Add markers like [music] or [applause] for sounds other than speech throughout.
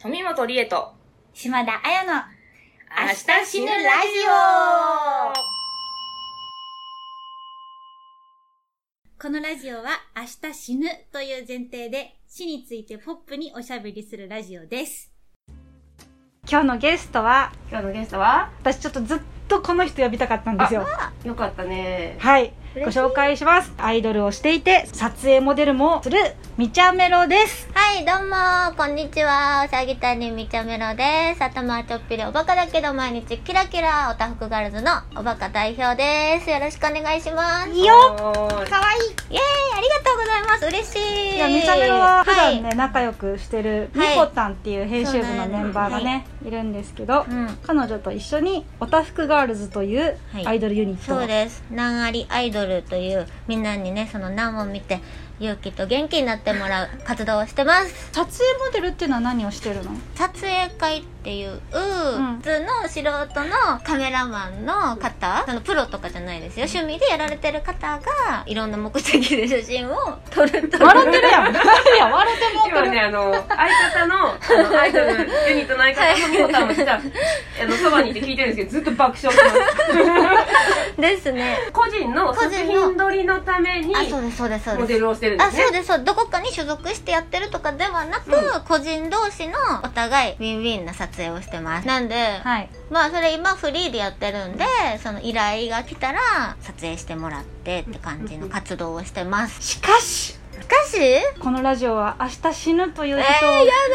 富本理恵と島田彩の明日死ぬラジこのラジオは明日死ぬという前提で死についてポップにおしゃべりするラジオです。今日のゲストはオ今日のゲストは私ちょっとずっとこの人呼びたかったんですよよかったね。はいご紹介しますアイドルをしていて撮影モデルもするみちゃめろですはい、どうも、こんにちは。うさぎ谷みちゃめろです。頭はちょっぴりおバカだけど毎日キラキラオタフクガールズのおバカ代表です。よろしくお願いします。イェーイ、よおーかわいありがとうございます。嬉しい。いやみちゃめろは普段ね、は仲良くしてるみはいこたんっていう編集部そうのなんでメすンバーがね、い、るんですけど、い、うん。彼女と一緒にオタフクガールズというはいアイドルユニットを、そうです。南アリアイドルという、みんなにね、その南を見て、勇気と元気になってもらう活動をしてます。撮影モデルっていうのは何をしてるの撮影会っていう、ん普通の素人のカメラマンの方、そのプロとかじゃないですよ。趣味でやられてる方が、いろんな目的で写真を撮ると。笑ってるやんいや笑ってもうて今る、ね、あの、相方の、あの、アイドル、ユニットの相方のみこたんも実は、あの、そばにいて聞いてるんですけど、ずっと爆笑してます。ですね。個人の作品撮りのために、 [laughs] あ、そうです、そうです、そうモですデ。ルをしてるんであすねそう。ですそうですどこかに所属してやってるとかではなく、う個人同士のお互いウィンウィンな撮影をしてますなんで、はいまあそれ今フリーでやってるんでその依頼が来たら撮影してもらってって感じの活動をしてますししかしかしえこのラジオは明日死ぬというー、人やを、だあー死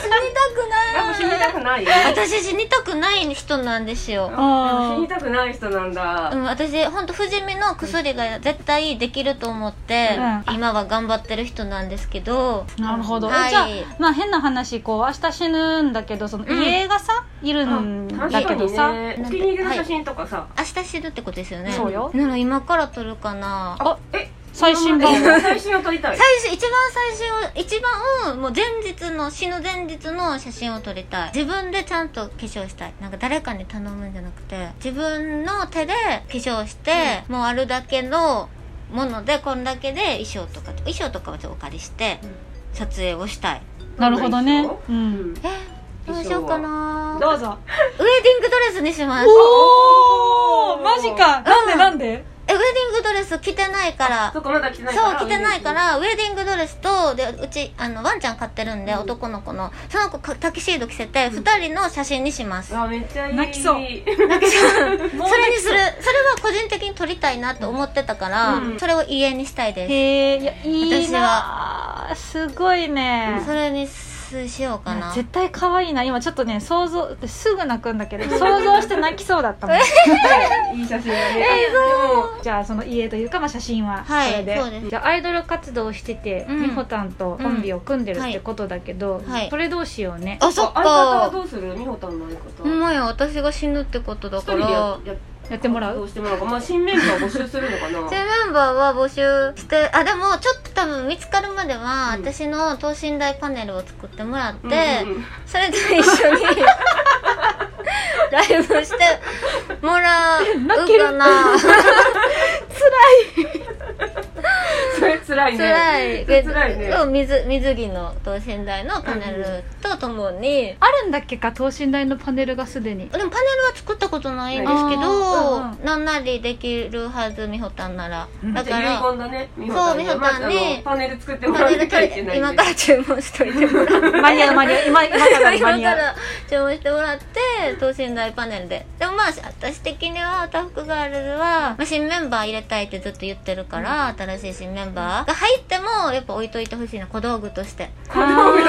死ににたたくないくない私死にたくない人なんですよあー死にたくない人なんだ。うん、私本当不死身の薬が絶対できると思って、う今は頑張ってる人なんですけどなるほど、はいじゃあまあ変な話こう明日死ぬんだけどそのうん家がさ、いるんあだ確けかどにさ、ね。お気に入りの写真とかさ、明日死ぬってことですよねそうよなら今から撮るかなあ、え、最新版を最新を撮りたい。最初一番最初を一番をもう前日の死ぬ前日の写真を撮りたい自分でちゃんと化粧したいなんか誰かに頼むんじゃなくて自分の手で化粧して、もうあるだけのものでこんだけで衣装とか衣装とかはちょっとお借りしてうん撮影をしたいなるほどね、う、うんん。えー、どうしようかな [laughs] ウどうぞェディングドレスにしますおーマジかなんでなんで、えウェディングドレス着てないからそっか、まだ来てないから。そう着てないからウェディングドレスとでうちあのワンちゃん飼ってるんで、うん男の子のその子かタキシード着せて2人の写真にします、あ、めっち [laughs] ゃいい。泣きそうなんかそうそれにするもうそれは個人的に撮りたいなと思ってたから、うんそれを家にしたいです、へえいやいいなあすごいねそれにすしようかいやな絶対可愛いな今ちょっとね想像ってすぐ泣くんだけど想像して泣きそうだったもんいい写真だね。じゃあその家というか、まあ、写真はそはいれで,、そうですじゃあアイドル活動をしててうんみほたんとコンビを組んでるってことだけど、んはいそれどうしようね、あでそもっ相方はかどうするみほたんの相方。ほんまや私が死ぬってことだ一か人でやらやっやってもらどううしてもらうか。まあ、新メンバー募集するのか [laughs] な。新メンバーは募集してあでもちょっと多分見つかるまでは、うん私の等身大パネルを作ってもらっうて、んうんうんそれと一緒に [laughs] ライブしてもらうかなそれ辛いね。辛いそれ [laughs] 辛いね。水水着の等身大のパネルとともに、あるんだっけか等身大のパネルがすで [laughs] にでもパネルは作ったことないんですけあど、ーうんうんなんなりできるはずみほたんならうんだじゃかあ遺ら言だね。みそうみほたんにパネル作ってもらパわネなルきゃいけない取りんで。今から注文しといてもらって間に合う間に合う今今から間今にか合うら注文してもらって等身大パネルででもまあ私的にはタフクガールズは、まあ、新メンバー入れたいってずっと言ってるから、新しい新メンバーが入ってもやっぱ置いといてほしいな小道具としてあ小ー道具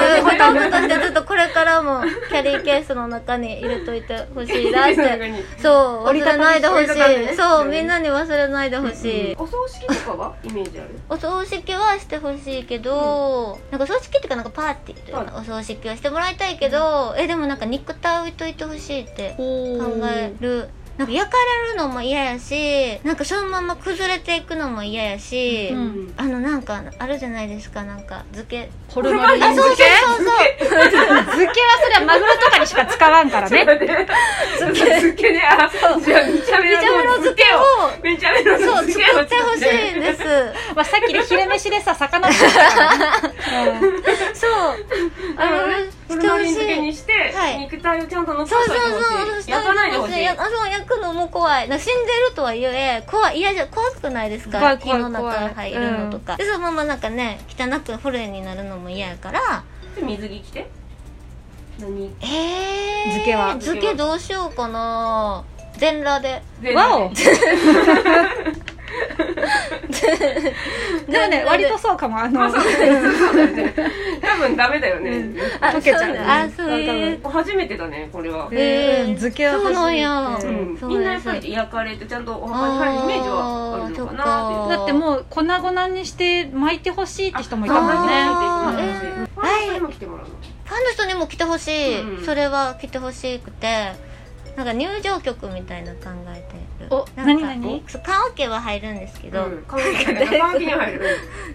としてずっとこれからもキャリーケースの中に入れといてほしいなっ中てに [laughs] そう忘折りたたれみないでほしい折りたたみね [laughs] そうみんなに忘れないでほしい、お葬式とかはイメージあるお葬式はしてほしいけど、なんか葬式っていうかなんかパーティーというかお葬式はしてもらいたいけど、えでもなんか肉体置いといてほしいって考えるなんか焼かれるのも嫌やしなんかそのまま崩れていくのも嫌やし、うんあのなんかあるじゃないですかなんか漬けホルマリンあそうそうそうそう漬けはそれはマグロとかにしか使わんからちょっねと [laughs] 待って漬けねあじゃあめちゃめめちゃめろ漬けをめちゃめろそう漬作けをってほしいんですまあ、 [laughs] さっきで昼飯でさ魚を作ったからね、うんそうあの、うん肉体をちゃんと残そうしそとういてそうほそうしい焼かないでほしいやあそう焼くのも怖いなんか死んでるとは言え怖い嫌じゃ怖くないですか怖い怖い火の中に入るのとか、怖でそのままなんかね汚くフォレになるのも嫌やからで水着着て何えー、漬けは漬けどうしようかな全裸でわ [laughs] おでもね、割とそうかも。あまのあ、 [laughs] そうだよねそうだよね多分ダメだよね、溶けちゃうね。あそうなんあそういうわか初めてだねこれはる。えー、漬けはそうなんや初うめてん、そうみですんなやっぱり焼かれてちゃんとお墓に入るイメージはあるのかなあーそっっかかだってもう粉々にして巻いてほしいって人もいたもんね。ああーそーうなんですねうんあそれも来てもらうのファンの人にも来てほしい、うんそれは来てほしくてなんか入場曲みたいなの考えてるおなんか何々そうカラオケは入るんですけど、うん顔に入る顔に入る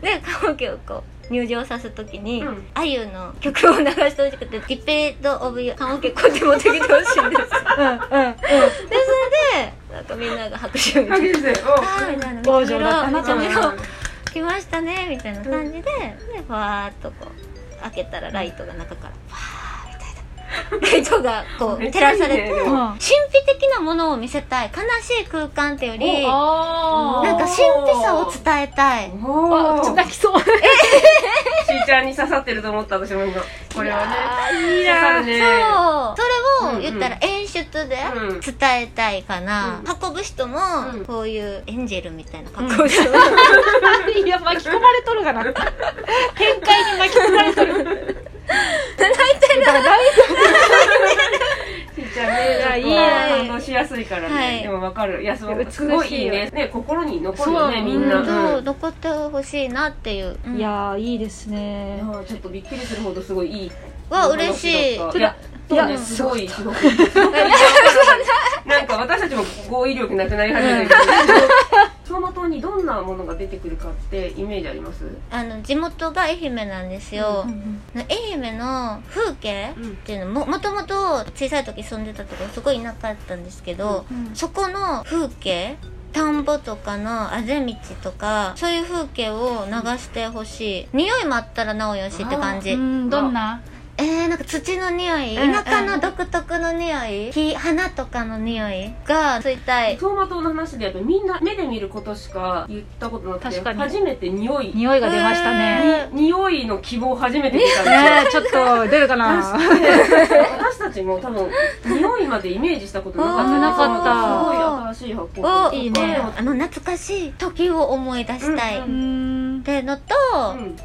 でカラオケをこう入場さすときに、うんあゆの曲を流してほしくて「ディペイド・オブ・ユー」カラオケこうやって持ってきてほしいんですうんうんでそれでなんかみんなが拍手を見あてげて「あーみたいな「王女だったな見てみろ見てみろうん来ましたね」みたいな感じで、でわーっとこう開けたらライトが中から「わー」みたいなライトがこうめっ照ちゃらいいねされて。うん。うん。神秘的なものを見せたい悲しい空間ってよりなんかあー神秘さを伝えたいおあ、ちょーっと泣きそう。しーちゃんに刺さってると思った私も今これはねい刺さるそうねそれを言ったら演出でうん伝えたいかな、運ぶ人もうんこういうエンジェルみたいな格好をして、いや、巻き込まれとるがな。展開に巻き込まれとる。しーちゃんねいやいいいね反応しやすいからね、はいでもわかるいやそう美しいすごいいいねね心に残るよそねうみんな、うそううん残ってほしいなっていう、うんいやー、いいですね。いやちょっとびっくりするほどすごいいいは嬉しいいやいやいいややすごいすごいなんか私たちも語彙力なくなり始めて [laughs] るけど走馬灯にどんなものが出てくるかってイメージありますあの地元が愛媛なんですよ、愛媛の風景っていうのももともと小さい時住んでたとこすごい田舎だったんですけど、そこの風景田んぼとかのあぜ道とかそういう風景を流してほしい匂いもあったらなおよしって感じうん、どんなえー、なんか土の匂いうん田舎の独特の匂い木花とかの匂いがついたい走馬灯の話でやっぱりみんな目で見ることしか言ったことなくて確かに初めて匂い匂いが出ましたね。匂いの希望を初めて見たんですよねえ、ちょっと出るかな。私たちも多分匂いまでイメージしたことなかったなかったたすごい新しい発見をいいねあの懐かしい時を思い出したい、うんうんうんっ。てのと、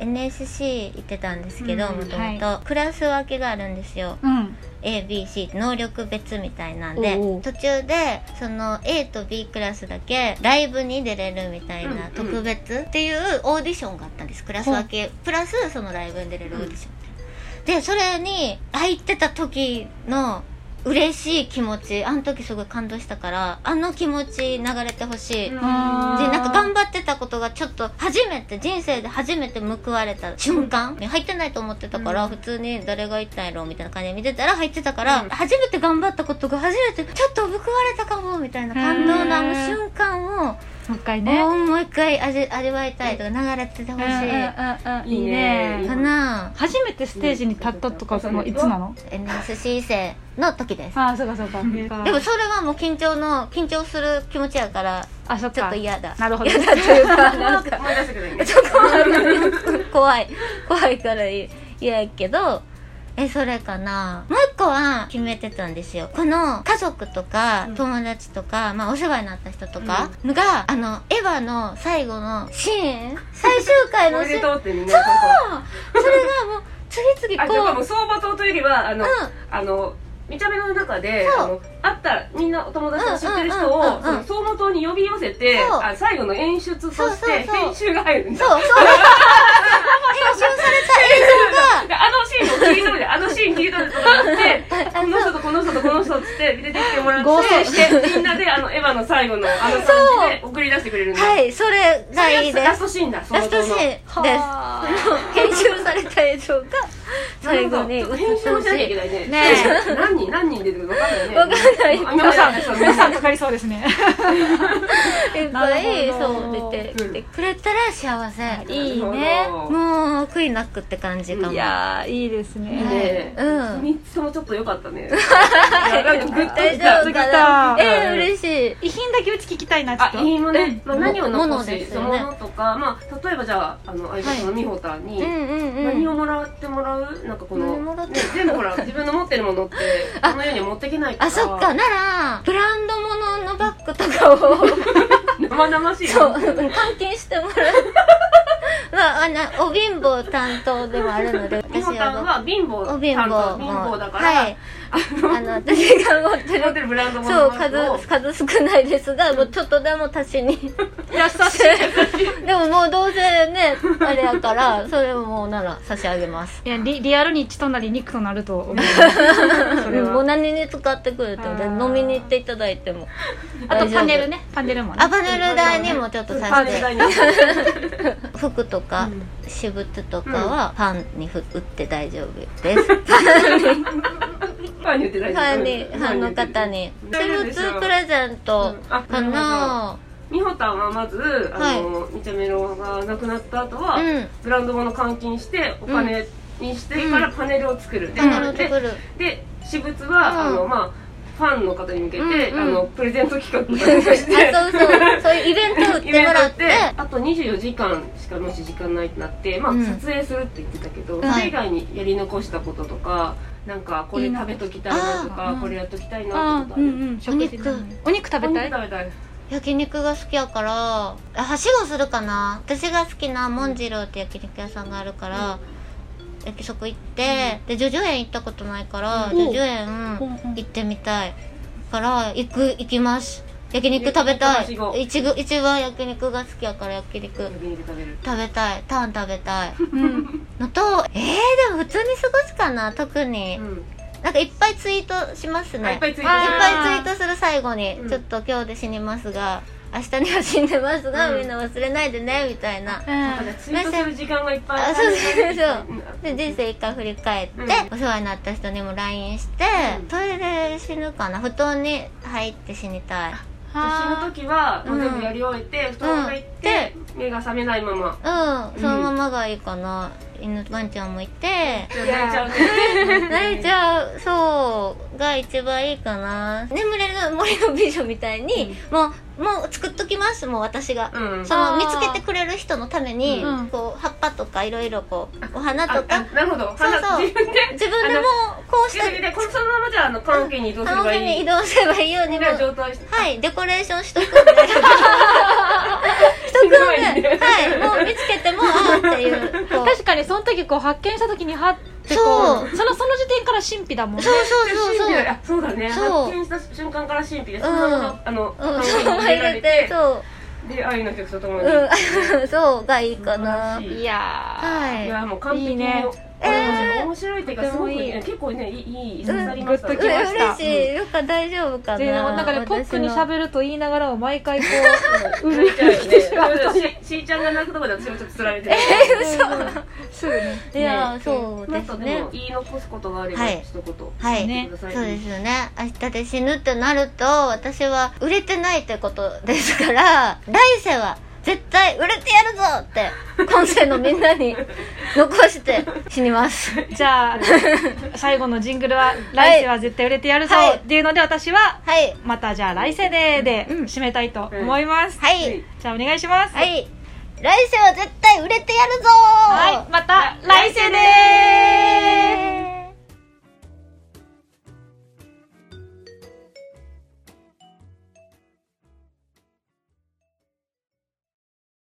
うん NSC 行ってたんですけどうんもともはとクラス分けがあるんですようん。 ABC って能力別みたいなんでおうおう途中でその A と B クラスだけライブに出れるみたいなうん特別っていうオーディションがあったんですクラス分けプラスそのライブに出れるオーディションでそれに入ってた時の嬉しい気持ちあの時すごい感動したからあの気持ち流れてほしい、うんあーでなんか頑張ってたことがちょっと初めて人生で初めて報われた瞬間入ってないと思ってたから、うん普通に誰が行ったんやろみたいな感じで見てたら入ってたから、うん初めて頑張ったことが初めてちょっと報われたかもみたいな感動のあの瞬間を、もう一回ね。もうもう一回味味わいたいとか流れててほうんうんうしい、んうんいいねいいかな初めてステージに立ったとかはいつなの NSC 生の時ですああそうかそうかでもそれはもう緊張の緊張する気持ちやからあそっちょっかと嫌だなるほど嫌だというかなんか思い出したけどいいねちょっと待って [laughs] 怖い怖いから嫌やけどえそれかなもう一個は決めてたんですよこの家族とかうん友達とか、まあお世話になった人とかが、あのエヴァの最後のシ [laughs] ーン最終回おのめシでーンとうってみんなこうそれがもう次あ、じゃあ々もこうう相場党というよりは、あの、うんあの、見た目の中で、そうあの、会った、みんなお友達と知ってる人うんうんうんうんうを、んその相馬灯に呼び寄せて、そうあ最後の演出とそうしそうて、そう編集が入るんそだ。 [laughs] うそう編集されであのシーンを切り取るで、あのシーン切り取るとかって、た映像があこの人とこの人とこの人っつって出てきてもらって、合奏でみんなであのエヴァの最後のあの感じで送り出してくれるんだ。はいそれがいいそでれすラストシーンだ、相ラ馬灯ストの。シーンですはー編集された映像が最後にな映るっほどてほしい編集もしなきゃいけないね。ね何人、何人出てくるか分かんないね。わかんなあい今まであった人皆 [laughs] さんかかりそうです [laughs] ねいっぱいなるほそどう出てきてくれたら幸せいいなるねほどもう悔いなくって感じかもいやーいいですいいねねうんみ三つともちょっと良かった [laughs] ね。いやなんかグッときた。丈夫かなえー、嬉しい。遺品だけうち聞きたいな、ちょあっ、と。いいもね、まあ、も何を残物しでいすそよのねものとか、まあ、例えばじゃあ、あの、相方の美穂さんに、うんうんうん。何をもらってもらうなんかこの、何もらってね、全部ほら、自分の持ってるもの [laughs] って、この世に持ってけないから。あ、そっか。。なら、ブランド物のバッグとか [laughs] を、生々しい。そう、うん換金してもらう。まあ、あの、お貧乏担当でもあるので、美私穂さんは、は貧乏お貧担乏当も貧乏だから、はい。あのあの、私が持っ持てっるてるブランド物そのうバッグを数数少ないですが、もうちょっとでも足しに優しい [laughs] でももうどうせねあれやからそれをもうなら差し上げますいやリ、リアルに血となり肉となると思う。それもうは。何に使ってくれてもであー飲みに行っていただいてもあとパネルねね。パネルもねあ。パネル代にもちょっとパさンツせて代に服とかうん私物とかはパンにふ売って大丈夫ですファンに言って大丈夫ファンにファンの方に私物プレゼントあかな美穂たんはまず、あのみちゃめろが亡くなった後は、うんブランド物換金してお金にしてからパネルを作る、でパネルをで作るで私物は、うんあのまあファンの方に向けて、うんうんあのプレゼント企画とあか [laughs] そうしそうてそういうイベント売っイてベンもトらやっっててあと24時間しかもし時間ないってなって、まあうん撮影するって言ってたけど、はいそれ以外にやり残したこととかなんかこれ食べときたいなといいかなこれやっときたいなあってーうことある、んうん。食事だねお肉食べたい食べたい焼肉が好きやからあはしごするかな私が好きなモンジローって焼肉屋さんがあるから、焼きそこ行って、で叙々苑行ったことないかうらん叙々苑うん行ってみたいから行く行きます焼肉食べた焼い肉はしご一ぐ一番焼肉が好きやから焼肉焼肉食べる食べたいタン食べたいうん。のとえー、でも普通に過ごすかな特に、うんなんかいっぱいツイートしますあねいっぱいついてるいっあぱいツイートする最後に、うんちょっと今日で死にますが明日には死んでますが、うんみんな忘れないでねみたいななんかねツイートする時間がいっぱいあそうそうそううで人生一回振り返って、うんお世話になった人にも LINE して、うんそれで死ぬかな布団に入って死にたい死ぬ時はもう全うん部やり終えて布団入って、目が覚めないままうんそのままがいいかな、犬ワンちゃんもいて泣いちゃうね泣いちゃうそうが一番いいかな眠れる森の美女みたいに、もうもう作っときますもう私が、うんその見つけてくれる人のために、うんこう葉っぱとかいろいろこうお花あとあかなるほどそうそう自分で自分でもうこうしいやいやいやてこれそのままじゃああの関係に移動すれ顔ば面いにい移動すればいいようみにもたいな状態してはいデコレーションしとくんでしとくんですごいねはいもう見つけてもああっていうこう確かにその時こう発見した時にはってこそううそのその時点から神秘だもんねそうそうそう神秘そうあそうだねそう発見した瞬間から神秘でんそのままあのう関ん、係そうに入れられ入れててそうで愛の曲とともにうん [laughs] そうがいいかな素晴らしいやーはいいやもう完璧いいねえー、面白いっていうかすごくとてもいいね結構ねいいいいうん刺さりましたグッとうきんました嬉しいよか大丈夫かなでなんかねポップにる喋ると言いながらも毎回こうう泣るいちゃううよるしてしまうねししーちゃんが泣くとこで私もちょっとつられてるすぐねいやそうなでんかすでねも言い残すことがあればはい一言はい、言ってくださいそうですよね明日で死ぬってなると私は売れてないってことですから来世は絶対売れてやるぞって今世のみんな [laughs] に残して死にます [laughs] じゃあ最後のジングルは「来世は絶対売れてやるぞはい」っていうので私ははいまたじゃあ来世ででうん締めたいと思いますはいじゃあお願いしますはい、来世は絶対売れてやるぞはいまた来世でー